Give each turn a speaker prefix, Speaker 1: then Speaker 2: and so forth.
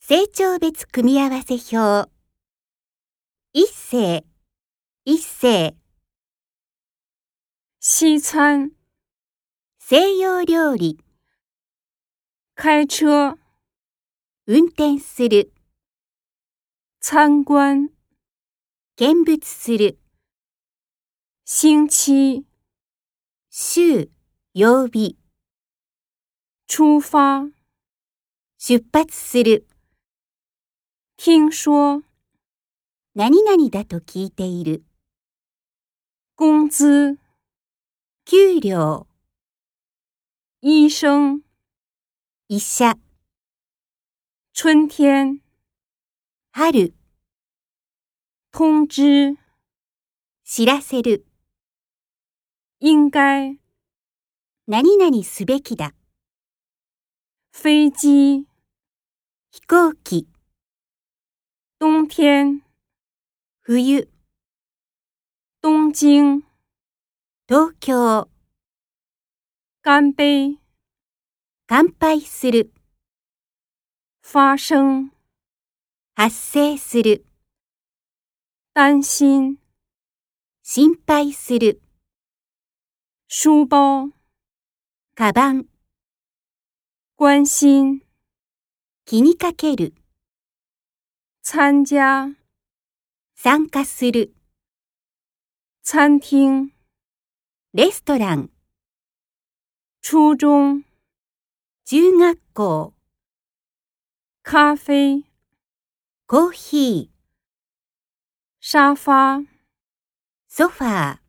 Speaker 1: 成長別組み合わせ表。一世、一世、
Speaker 2: 西餐、
Speaker 1: 西洋料理、
Speaker 2: 开车、
Speaker 1: 運転する、
Speaker 2: 参观、
Speaker 1: 見物する、
Speaker 2: 星期、
Speaker 1: 週、曜日、
Speaker 2: 出发、
Speaker 1: 出発する、
Speaker 2: 听说、
Speaker 1: 何々だと聞いている、
Speaker 2: 工资、
Speaker 1: 給料、
Speaker 2: 医生、
Speaker 1: 医者、
Speaker 2: 春天、
Speaker 1: 春、
Speaker 2: 通知、
Speaker 1: 知らせる、
Speaker 2: 应该、
Speaker 1: 何々すべきだ、
Speaker 2: 飞机、
Speaker 1: 飛行機、
Speaker 2: 冬天、
Speaker 1: 冬、
Speaker 2: 东京、
Speaker 1: 東京、
Speaker 2: 干杯、
Speaker 1: 乾杯する、
Speaker 2: 发生、
Speaker 1: 発生する、
Speaker 2: 担心、
Speaker 1: 心配する、
Speaker 2: 书包、
Speaker 1: カバン、
Speaker 2: 关心、
Speaker 1: 気にかける、
Speaker 2: 参加、
Speaker 1: 参加する、
Speaker 2: 餐厅、
Speaker 1: レストラン、
Speaker 2: 初中、
Speaker 1: 中学校、
Speaker 2: 咖啡、
Speaker 1: コーヒー、
Speaker 2: 沙发。
Speaker 1: ソファー。